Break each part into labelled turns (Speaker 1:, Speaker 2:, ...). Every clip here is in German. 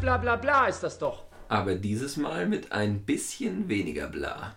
Speaker 1: bla bla bla ist das doch.
Speaker 2: Aber dieses Mal mit ein bisschen weniger bla.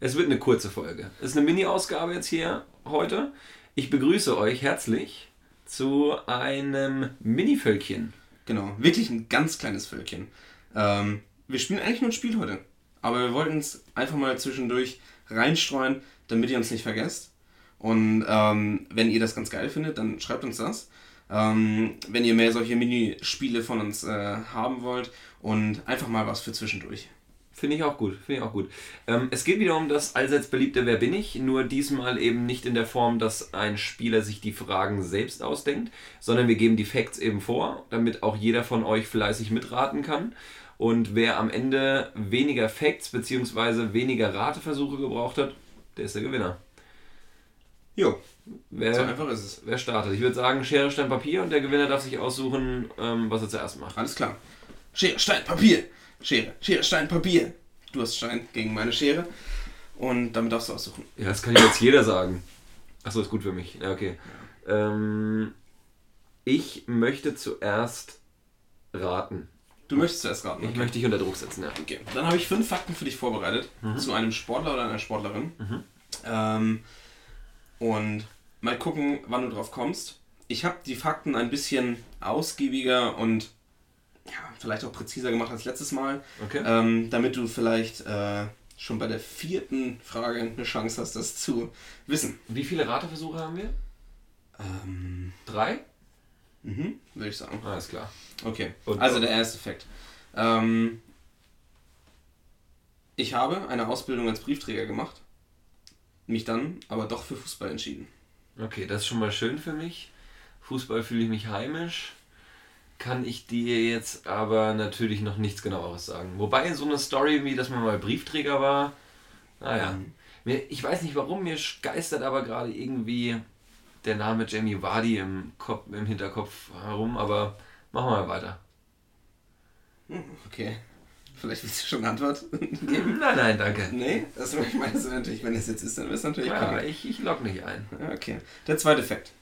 Speaker 2: Es wird eine kurze Folge. Es ist eine Mini-Ausgabe jetzt hier heute. Ich begrüße euch herzlich zu einem Mini-Völkchen.
Speaker 3: Genau, wirklich ein ganz kleines Völkchen. Ähm, wir spielen eigentlich nur ein Spiel heute. Aber wir wollten es einfach mal zwischendurch reinstreuen, damit ihr uns nicht vergesst. Und ähm, wenn ihr das ganz geil findet, dann schreibt uns das. Ähm, wenn ihr mehr solche Minispiele von uns äh, haben wollt und einfach mal was für zwischendurch.
Speaker 2: Finde ich auch gut, finde ich auch gut. Ähm, es geht wieder um das allseits beliebte Wer bin ich, nur diesmal eben nicht in der Form, dass ein Spieler sich die Fragen selbst ausdenkt, sondern wir geben die Facts eben vor, damit auch jeder von euch fleißig mitraten kann. Und wer am Ende weniger Facts bzw. weniger Rateversuche gebraucht hat, der ist der Gewinner.
Speaker 3: Jo,
Speaker 2: Wer,
Speaker 3: so einfach ist es.
Speaker 2: wer startet? Ich würde sagen, Schere, Stein, Papier und der Gewinner darf sich aussuchen, ähm, was er zuerst macht.
Speaker 3: Alles klar. Schere, Stein, Papier. Schere, Schere, Stein, Papier. Du hast Stein gegen meine Schere. Und damit darfst du aussuchen.
Speaker 2: Ja, das kann jetzt jeder sagen. Achso, ist gut für mich. Ja, okay. Ähm, ich möchte zuerst raten.
Speaker 3: Du möchtest zuerst raten. ne?
Speaker 2: Ich möchte dich unter Druck setzen, ja.
Speaker 3: Okay, dann habe ich fünf Fakten für dich vorbereitet zu einem Sportler oder einer Sportlerin. Ähm, und mal gucken, wann du drauf kommst. Ich habe die Fakten ein bisschen ausgiebiger und ja, vielleicht auch präziser gemacht als letztes Mal,
Speaker 2: Okay.
Speaker 3: ähm, damit du vielleicht äh, schon bei der vierten Frage eine Chance hast, das zu wissen.
Speaker 2: Wie viele Rateversuche haben wir?
Speaker 3: Ähm,
Speaker 2: Drei?
Speaker 3: mhm, Würde ich sagen.
Speaker 2: Alles klar.
Speaker 3: Okay,
Speaker 2: Und-
Speaker 3: also der erste Fakt. Ähm, ich habe eine Ausbildung als Briefträger gemacht, mich dann aber doch für Fußball entschieden.
Speaker 2: Okay, das ist schon mal schön für mich. Fußball fühle ich mich heimisch. Kann ich dir jetzt aber natürlich noch nichts genaueres sagen. Wobei so eine Story wie, dass man mal Briefträger war, naja. Mir, ich weiß nicht warum, mir sch- geistert aber gerade irgendwie der Name Jamie Vardy im, Kopf, im Hinterkopf herum, aber machen wir mal weiter.
Speaker 3: Okay, vielleicht willst du schon eine Antwort geben?
Speaker 2: Nein, nein, danke.
Speaker 3: nee, das ich meine das natürlich, wenn es jetzt ist, dann ist natürlich
Speaker 2: Ja,
Speaker 3: klar.
Speaker 2: ich, ich log nicht ein.
Speaker 3: Okay, der zweite Fakt.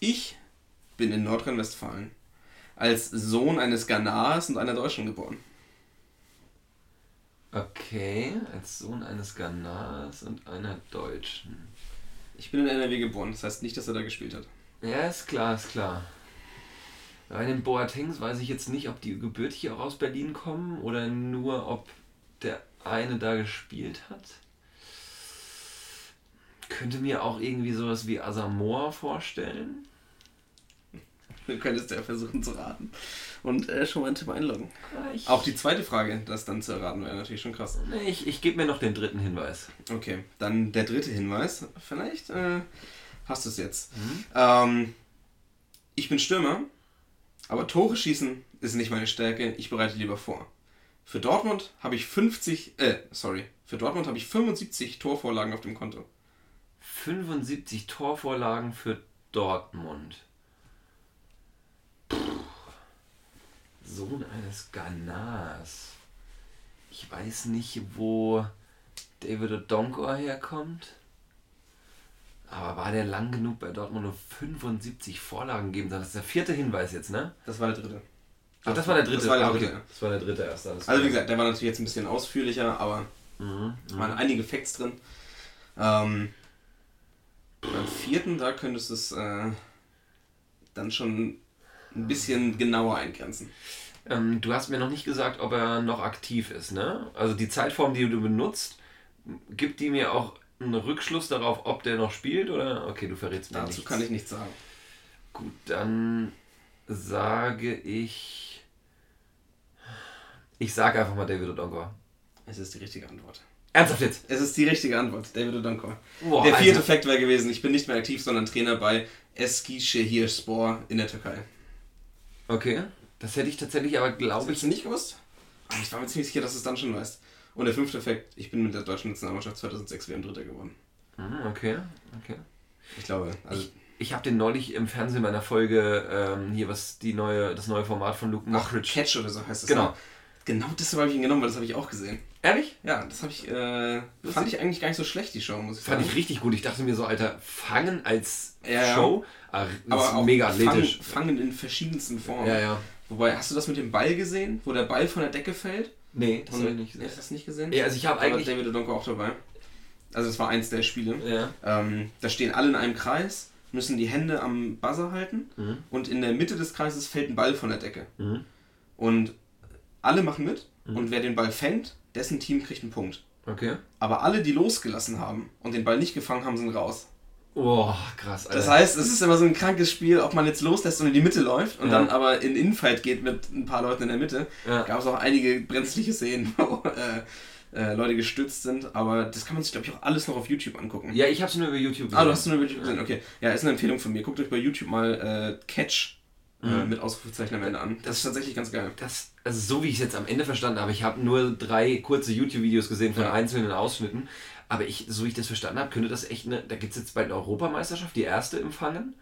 Speaker 3: Ich bin in Nordrhein-Westfalen als Sohn eines Ghanars und einer Deutschen geboren.
Speaker 2: Okay, als Sohn eines Ghanas und einer Deutschen.
Speaker 3: Ich bin in NRW geboren, das heißt nicht, dass er da gespielt hat.
Speaker 2: Ja, ist klar, ist klar. Bei den Boatengs weiß ich jetzt nicht, ob die gebürtig auch aus Berlin kommen oder nur, ob der eine da gespielt hat. Könnte mir auch irgendwie sowas wie Asamoah vorstellen.
Speaker 3: Du könntest ja versuchen zu raten und äh, schon mal einen Tipp einloggen.
Speaker 2: Ah, Ich,
Speaker 3: Auch die zweite Frage, das dann zu erraten, wäre natürlich schon krass.
Speaker 2: Nee, ich, ich gebe mir noch den dritten Hinweis.
Speaker 3: Okay, dann der dritte Hinweis. Vielleicht äh, hast du es jetzt. Ähm, ich bin Stürmer, aber Tore schießen ist nicht meine Stärke. Ich bereite lieber vor. Für Dortmund habe ich 50, äh, sorry, für Dortmund habe ich 75 Torvorlagen auf dem Konto.
Speaker 2: 75 Torvorlagen für Dortmund. Puh. Sohn eines Ghanas. Ich weiß nicht, wo David Odonkor herkommt. Aber war der lang genug bei Dortmund um 75 Vorlagen geben? Das ist der vierte Hinweis jetzt, ne?
Speaker 3: Das war der dritte.
Speaker 2: Ach, das war der dritte.
Speaker 3: Das war der
Speaker 2: Ah,
Speaker 3: dritte.
Speaker 2: Okay. Das war der dritte erst. alles
Speaker 3: Also wie
Speaker 2: klar.
Speaker 3: gesagt, der war natürlich jetzt ein bisschen ausführlicher, aber
Speaker 2: Mhm.
Speaker 3: da waren einige Facts drin. Ähm, beim vierten, da könntest du es äh, dann schon ein bisschen genauer eingrenzen.
Speaker 2: Ähm, du hast mir noch nicht gesagt, ob er noch aktiv ist, ne? Also die Zeitform, die du benutzt, gibt die mir auch einen Rückschluss darauf, ob der noch spielt oder? Okay, du verrätst mir
Speaker 3: Dazu
Speaker 2: nichts.
Speaker 3: kann ich nichts sagen.
Speaker 2: Gut, dann sage ich. Ich sage einfach mal David Odonkor.
Speaker 3: Es ist die richtige Antwort.
Speaker 2: Ernsthaft jetzt?
Speaker 3: Es ist die richtige Antwort, David Odonkor.
Speaker 2: Boah,
Speaker 3: der vierte
Speaker 2: also-
Speaker 3: Fakt wäre gewesen, ich bin nicht mehr aktiv, sondern Trainer bei Eskişehirspor in der Türkei.
Speaker 2: Okay. Das hätte ich tatsächlich aber, glaube ich,
Speaker 3: Hättest du nicht gewusst? Ah, Ich war mir ziemlich sicher, dass du es dann schon weißt. Und der fünfte Fakt, ich bin mit der deutschen Nationalmannschaft 2006 WM Dritter geworden.
Speaker 2: Hm, Okay, okay.
Speaker 3: Ich glaube, also
Speaker 2: Ich habe den neulich im Fernsehen bei einer Folge ähm, hier was die neue das neue Format von Luke Mockridge.
Speaker 3: Catch oder so heißt es.
Speaker 2: Genau.
Speaker 3: ne? Genau deshalb habe ich ihn genommen, weil das habe ich auch gesehen.
Speaker 2: Ehrlich?
Speaker 3: Ja, das habe ich, äh, fand ich eigentlich gar nicht so schlecht, die Show, muss ich
Speaker 2: Fand
Speaker 3: sagen.
Speaker 2: ich richtig gut. Ich dachte mir so, Alter, fangen als
Speaker 3: Ja, ja.
Speaker 2: Show, ah, das
Speaker 3: Aber
Speaker 2: ist
Speaker 3: auch
Speaker 2: mega
Speaker 3: fangen-
Speaker 2: athletisch.
Speaker 3: Fangen in verschiedensten Formen.
Speaker 2: Ja, ja.
Speaker 3: Wobei, hast du das mit dem Ball gesehen, wo der Ball von der Decke fällt?
Speaker 2: Nee, das
Speaker 3: Und-
Speaker 2: habe ich nicht gesehen.
Speaker 3: Hast du das nicht gesehen?
Speaker 2: Ja, also ich habe
Speaker 3: Da war
Speaker 2: eigentlich.
Speaker 3: David Odonko auch dabei. Also das war eins der Spiele.
Speaker 2: Ja.
Speaker 3: Ähm, da stehen alle in einem Kreis, müssen die Hände am Buzzer halten
Speaker 2: Mhm.
Speaker 3: und in der Mitte des Kreises fällt ein Ball von der Decke.
Speaker 2: Mhm.
Speaker 3: Und alle machen mit und wer den Ball fängt, dessen Team kriegt einen Punkt.
Speaker 2: Okay.
Speaker 3: Aber alle, die losgelassen haben und den Ball nicht gefangen haben, sind raus.
Speaker 2: Boah, krass, Alter.
Speaker 3: Das heißt, es ist immer so ein krankes Spiel, ob man jetzt loslässt und in die Mitte läuft und
Speaker 2: Ja.
Speaker 3: dann aber in Infight geht mit ein paar Leuten in der Mitte.
Speaker 2: Ja.
Speaker 3: Gab es auch einige brenzliche Szenen, wo äh, äh, Leute gestützt sind, aber das kann man sich, glaube ich, auch alles noch auf YouTube angucken.
Speaker 2: ja, ich habe es nur über YouTube
Speaker 3: Ah, du hast es nur über YouTube gesehen, okay. Ja, ist eine Empfehlung von mir. Guckt euch bei YouTube mal äh, Catch
Speaker 2: Mhm.
Speaker 3: äh, mit Ausrufezeichen am Ende an. Das ist tatsächlich ganz geil.
Speaker 2: das, also so wie ich es jetzt am Ende verstanden habe, ich habe nur drei kurze YouTube-Videos gesehen von
Speaker 3: Ja.
Speaker 2: einzelnen Ausschnitten, aber ich, so wie ich das verstanden habe, könnte das echt eine, da gibt es jetzt bald eine Europameisterschaft, die erste im Fangen.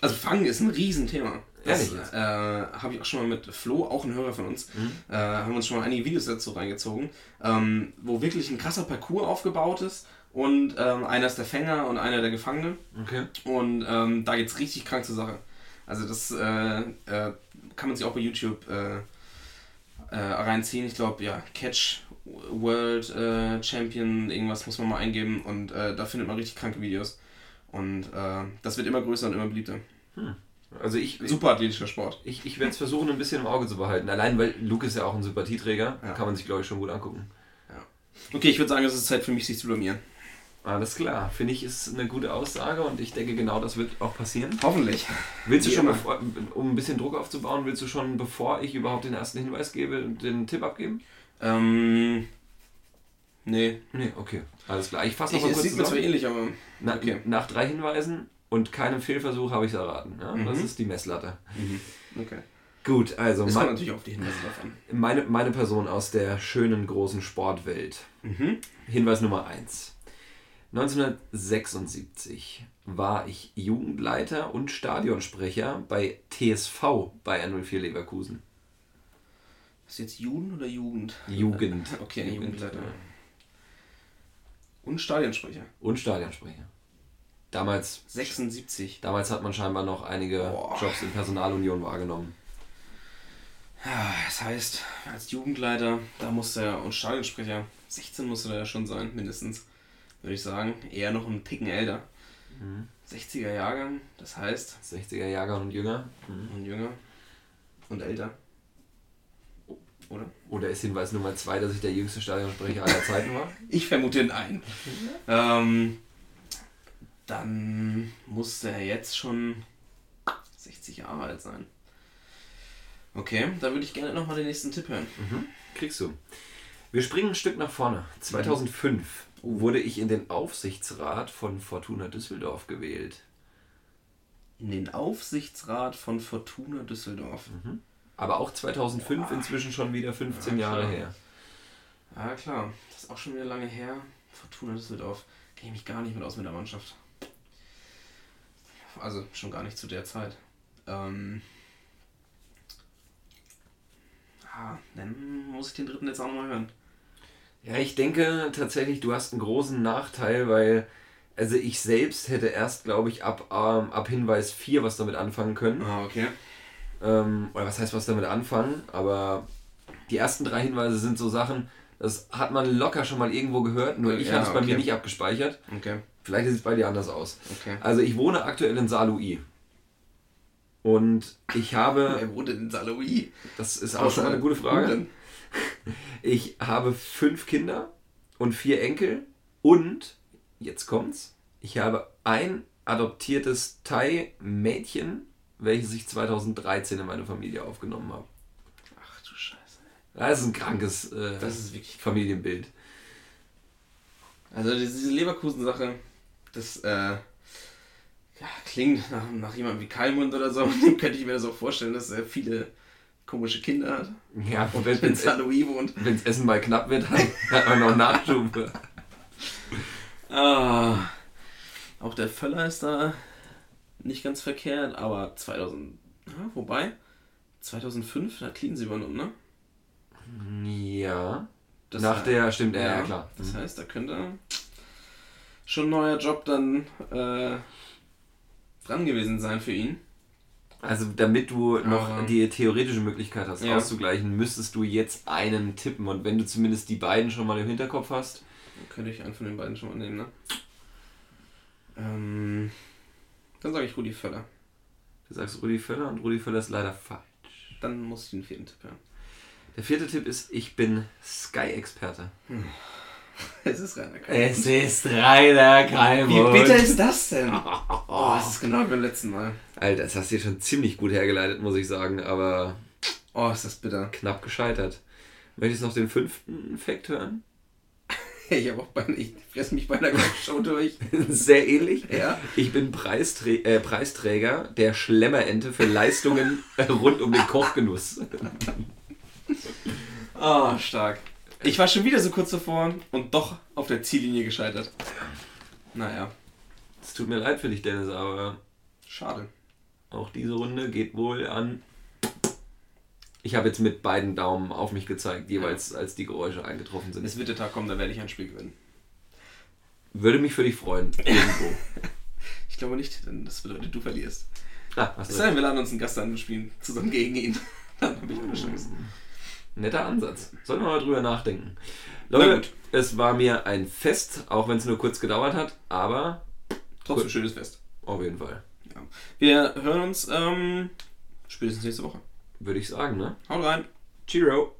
Speaker 3: Also Fangen ist ein Riesenthema. Das
Speaker 2: Ehrlich jetzt? Mhm.
Speaker 3: äh, habe ich auch schon mal mit Flo, auch ein Hörer von uns, äh, haben uns schon mal einige Videos dazu reingezogen, ähm, wo wirklich ein krasser Parcours aufgebaut ist und ähm, einer ist der Fänger und einer der Gefangene
Speaker 2: Okay.
Speaker 3: und ähm, da geht's richtig krank zur Sache. Also das äh, äh, kann man sich auch bei YouTube äh, äh, reinziehen. Ich glaube, ja, Catch World äh, Champion, irgendwas muss man mal eingeben und äh, da findet man richtig kranke Videos. Und äh, das wird immer größer und immer beliebter.
Speaker 2: Also ich,
Speaker 3: Super athletischer Sport.
Speaker 2: ich, ich werde es versuchen, ein bisschen im Auge zu behalten. Allein, weil Luke ist ja auch ein Sympathieträger,
Speaker 3: Ja.
Speaker 2: kann man sich, glaube ich, schon gut angucken.
Speaker 3: Okay, ich würde sagen, es ist Zeit für mich, sich zu blamieren.
Speaker 2: Alles klar, finde ich, ist eine gute Aussage und ich denke, genau das wird auch passieren.
Speaker 3: Hoffentlich.
Speaker 2: Willst du
Speaker 3: Wie
Speaker 2: schon,
Speaker 3: immer.
Speaker 2: bevor, um ein bisschen Druck aufzubauen, willst du schon, bevor ich überhaupt den ersten Hinweis gebe, den Tipp abgeben?
Speaker 3: Ähm. Nee.
Speaker 2: Nee, okay. Alles klar. Ich fasse
Speaker 3: Ich,
Speaker 2: nochmal
Speaker 3: es
Speaker 2: kurz
Speaker 3: sieht mir zwar
Speaker 2: zusammen.
Speaker 3: ähnlich, aber.
Speaker 2: Na,
Speaker 3: Okay.
Speaker 2: Nach drei Hinweisen und keinem Fehlversuch habe ich es erraten. Ja? Das
Speaker 3: Mhm.
Speaker 2: ist die Messlatte.
Speaker 3: Okay.
Speaker 2: Gut, also
Speaker 3: Das
Speaker 2: mein-
Speaker 3: kommt natürlich auch auf die Hinweise drauf an.
Speaker 2: meine, meine Person aus der schönen großen Sportwelt.
Speaker 3: Mhm.
Speaker 2: Hinweis Nummer 1. 1976 war ich Jugendleiter und Stadionsprecher bei TSV Bayern 04 Leverkusen.
Speaker 3: Ist jetzt Juden oder Jugend?
Speaker 2: Jugend.
Speaker 3: Okay, Jugendleiter.
Speaker 2: ja.
Speaker 3: Und Stadionsprecher.
Speaker 2: Und Stadionsprecher. Damals,
Speaker 3: 76.
Speaker 2: damals hat man scheinbar noch einige
Speaker 3: Boah.
Speaker 2: Jobs in Personalunion wahrgenommen.
Speaker 3: Ja, das heißt, als Jugendleiter, da musste er und Stadionsprecher, 16 musste er ja schon sein, mindestens. Würde ich sagen. Eher noch einen Ticken älter.
Speaker 2: Mhm.
Speaker 3: 60er Jahrgang, das heißt,
Speaker 2: 60er Jahre und jünger. Mhm.
Speaker 3: und jünger und älter. Oder?
Speaker 2: Oder ist Hinweis Nummer 2, dass ich der jüngste Stadionsprecher aller Zeiten war?
Speaker 3: Ich vermute ihn ein. Ähm, dann musste er jetzt schon 60 Jahre alt sein. Okay, dann würde ich gerne nochmal den nächsten Tipp hören.
Speaker 2: Kriegst du. Wir springen ein Stück nach vorne. 2005 wurde ich in den Aufsichtsrat von Fortuna Düsseldorf gewählt.
Speaker 3: In den Aufsichtsrat von Fortuna Düsseldorf.
Speaker 2: Aber auch 2005 inzwischen schon wieder 15
Speaker 3: Ja,
Speaker 2: Jahre
Speaker 3: klar.
Speaker 2: her.
Speaker 3: Ah klar, das ist auch schon wieder lange her. Fortuna Düsseldorf. Kenne ich mich gar nicht mit aus mit der Mannschaft. Also schon gar nicht zu der Zeit. Ähm. Ah, dann muss ich den dritten jetzt auch nochmal hören.
Speaker 2: Ja, ich denke tatsächlich, du hast einen großen Nachteil, weil also ich selbst hätte erst, glaube ich, ab, ähm, ab Hinweis 4 was damit anfangen können.
Speaker 3: Ah, okay.
Speaker 2: Ähm, oder was heißt was damit anfangen? Aber die ersten drei Hinweise sind so Sachen, das hat man locker schon mal irgendwo gehört, nur ich
Speaker 3: Äh, Ja,
Speaker 2: habe es bei
Speaker 3: okay.
Speaker 2: mir nicht abgespeichert.
Speaker 3: Okay,
Speaker 2: Vielleicht sieht es bei dir anders aus.
Speaker 3: okay.
Speaker 2: Also ich wohne aktuell in Saarlouis. Und ich habe,
Speaker 3: Wer wurde denn Saloi?
Speaker 2: das ist auch schon mal eine gute Frage, ich habe fünf Kinder und vier Enkel und, jetzt kommt's, ich habe ein adoptiertes Thai-Mädchen, welches ich 2013 in meine Familie aufgenommen habe.
Speaker 3: Ach du Scheiße.
Speaker 2: Das ist ein krankes äh,
Speaker 3: Das ist wirklich.
Speaker 2: Familienbild.
Speaker 3: Also diese Leverkusen-Sache, das äh, ja, klingt nach, nach jemandem wie Kalmund oder so. Dem könnte ich mir das auch vorstellen, dass er viele komische Kinder hat.
Speaker 2: Ja,
Speaker 3: Und
Speaker 2: wenn
Speaker 3: wenn es Louis wohnt.
Speaker 2: wenn's Essen mal knapp wird, hat hat man noch Nachschub.
Speaker 3: Ah, auch der Völler ist da nicht ganz verkehrt, aber 2000, ja, wobei, 2005 hat Cleans übernommen, ne?
Speaker 2: Ja.
Speaker 3: Das
Speaker 2: Nach
Speaker 3: war-
Speaker 2: der, stimmt, ja, ja klar. Mhm.
Speaker 3: Das heißt, da könnte schon ein neuer Job dann äh, dran gewesen sein für ihn.
Speaker 2: Also damit du noch
Speaker 3: Aber-
Speaker 2: die theoretische Möglichkeit hast,
Speaker 3: Ja.
Speaker 2: auszugleichen, müsstest du jetzt einen tippen. Und wenn du zumindest die beiden schon mal im Hinterkopf hast,
Speaker 3: Könnte ich einen von den beiden schon mal nehmen, ne? Ähm, dann sage ich Rudi Völler.
Speaker 2: du sagst Rudi Völler und Rudi Völler ist leider falsch.
Speaker 3: Dann muss ich den vierten Tipp hören.
Speaker 2: Der vierte Tipp ist, ich bin Sky-Experte.
Speaker 3: Es ist Rainer
Speaker 2: Es ist reiner
Speaker 3: Wie
Speaker 2: Keimund.
Speaker 3: bitter ist das denn? Oh, es ist genau wie beim letzten Mal.
Speaker 2: Alter, das hast du dir schon ziemlich gut hergeleitet, muss ich sagen, aber
Speaker 3: Oh, ist das bitter.
Speaker 2: knapp gescheitert. Möchtest du noch den fünften Fact hören?
Speaker 3: Ich habe auch beinahe, ich fress mich beinahe gleich schon durch.
Speaker 2: Sehr ähnlich.
Speaker 3: Ja.
Speaker 2: Ich bin Preisträ äh, Preisträger der Schlemmerente für Leistungen rund um den Kochgenuss.
Speaker 3: Oh, stark. Ich war schon wieder so kurz davor und doch auf der Ziellinie gescheitert. Naja,
Speaker 2: Es tut mir leid für dich, Dennis, aber
Speaker 3: schade.
Speaker 2: auch diese Runde geht wohl an. Ich habe jetzt mit beiden Daumen auf mich gezeigt, jeweils als die Geräusche eingetroffen sind.
Speaker 3: Es wird der Tag kommen, da werde ich ein Spiel gewinnen.
Speaker 2: Würde mich für dich freuen. Irgendwo.
Speaker 3: Ich glaube nicht, denn das bedeutet, du verlierst.
Speaker 2: Ah, hast
Speaker 3: Es
Speaker 2: du
Speaker 3: sei denn, wir laden uns einen Gast ein und spielen zusammen gegen ihn. Dann habe ich eine Chance.
Speaker 2: Netter Ansatz. Sollten wir mal drüber nachdenken.
Speaker 3: Na
Speaker 2: Leute,
Speaker 3: gut.
Speaker 2: es war mir ein Fest, auch wenn es nur kurz gedauert hat, aber
Speaker 3: Trotzdem
Speaker 2: Gut.
Speaker 3: schönes Fest.
Speaker 2: auf jeden Fall.
Speaker 3: Wir hören uns ähm, spätestens nächste Woche.
Speaker 2: Würde ich sagen, ne?
Speaker 3: Haut rein.
Speaker 2: Chiro.